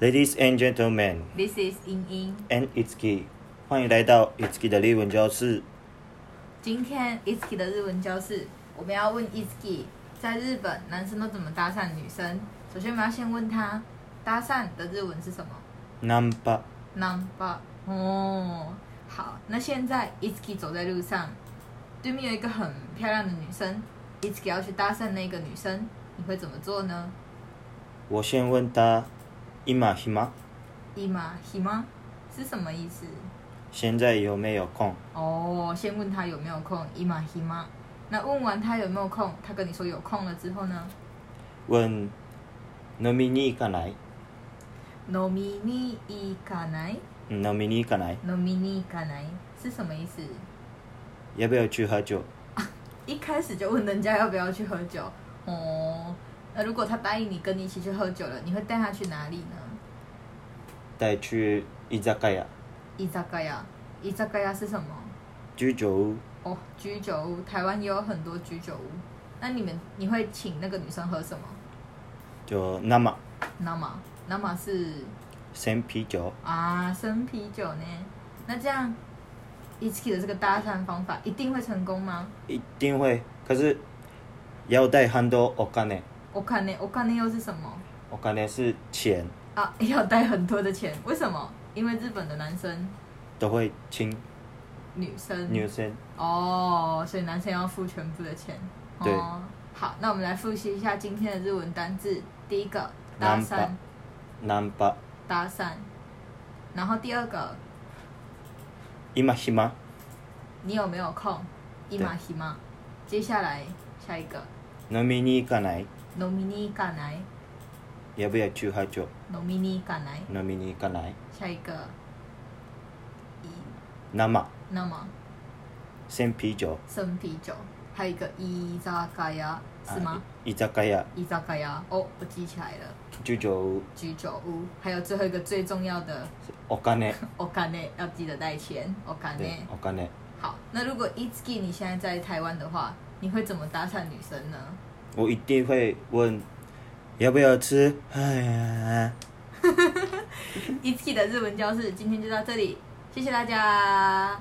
Ladies and gentlemen, This is 英英。 and it's Key，欢迎来到 It's Key 的日文教室。今天 Itsuki 的日文教室，我们要问 Itsuki，在日本男生都怎么搭讪女生？首先我们要先问他，搭讪的日文是什么ナンパ， ？Number 哦，好，那现在 Itsuki 走在路上，对面有一个很漂亮的女生，Itsuki 要去搭讪那个女生，你会怎么做呢？我先问他，今暇？一吗？喜吗？是什么意思？现在有没有空？哦，先问他有没有空，一吗？喜吗？那问完他有没有空，他跟你说有空了之后呢？问，飲みに行かない？飲みに行かない飲みに行かない？飲みに行かない是什么意思？要不要去喝酒？一开始就问人家要不要去喝酒哦。那如果他答应你跟你一起去喝酒了，你会带他去哪里呢？带去居酒屋。居酒屋，居酒屋是什么？居酒屋，哦，居酒屋，台湾也有很多居酒屋。那你们你会请那个女生喝什么？就生那么那么是生啤酒。啊，生啤酒呢？那这样 i t s k i 的这个搭讪方法一定会成功吗？一定会，可是要带很多お金。我看呢，我看呢又是什么？お金是钱，啊， 要带很多的钱，为什么？因为日本的男生、都会请女生，女生。哦，所以男生要付全部的钱。对哦，好，那我们来复习一下今天的日文单字。第一个搭ナン讪パ，ナンパ。搭讪，然后第二个，今暇？你有没有空？伊玛希玛。接下来下一个，飲みに行かない？飲みに行かない？要不要去喝酒？飲みに行かない？飲みに行かない？下一个，一生那么生啤酒。生啤酒，还有一个伊扎嘎呀，是吗？啊？居酒屋、伊扎嘎呀，哦，我记起来了，居酒屋、居酒屋，还有最后一个最重要的， お金。 o k a n 要记得带钱 o k a 对 n，お金。好，那如果 Itsuki 你现在在台湾的话，你会怎么搭讪女生呢？我一定会问，要不要吃？哎呀， Itsuki 的日文教室今天就到这里，谢谢大家。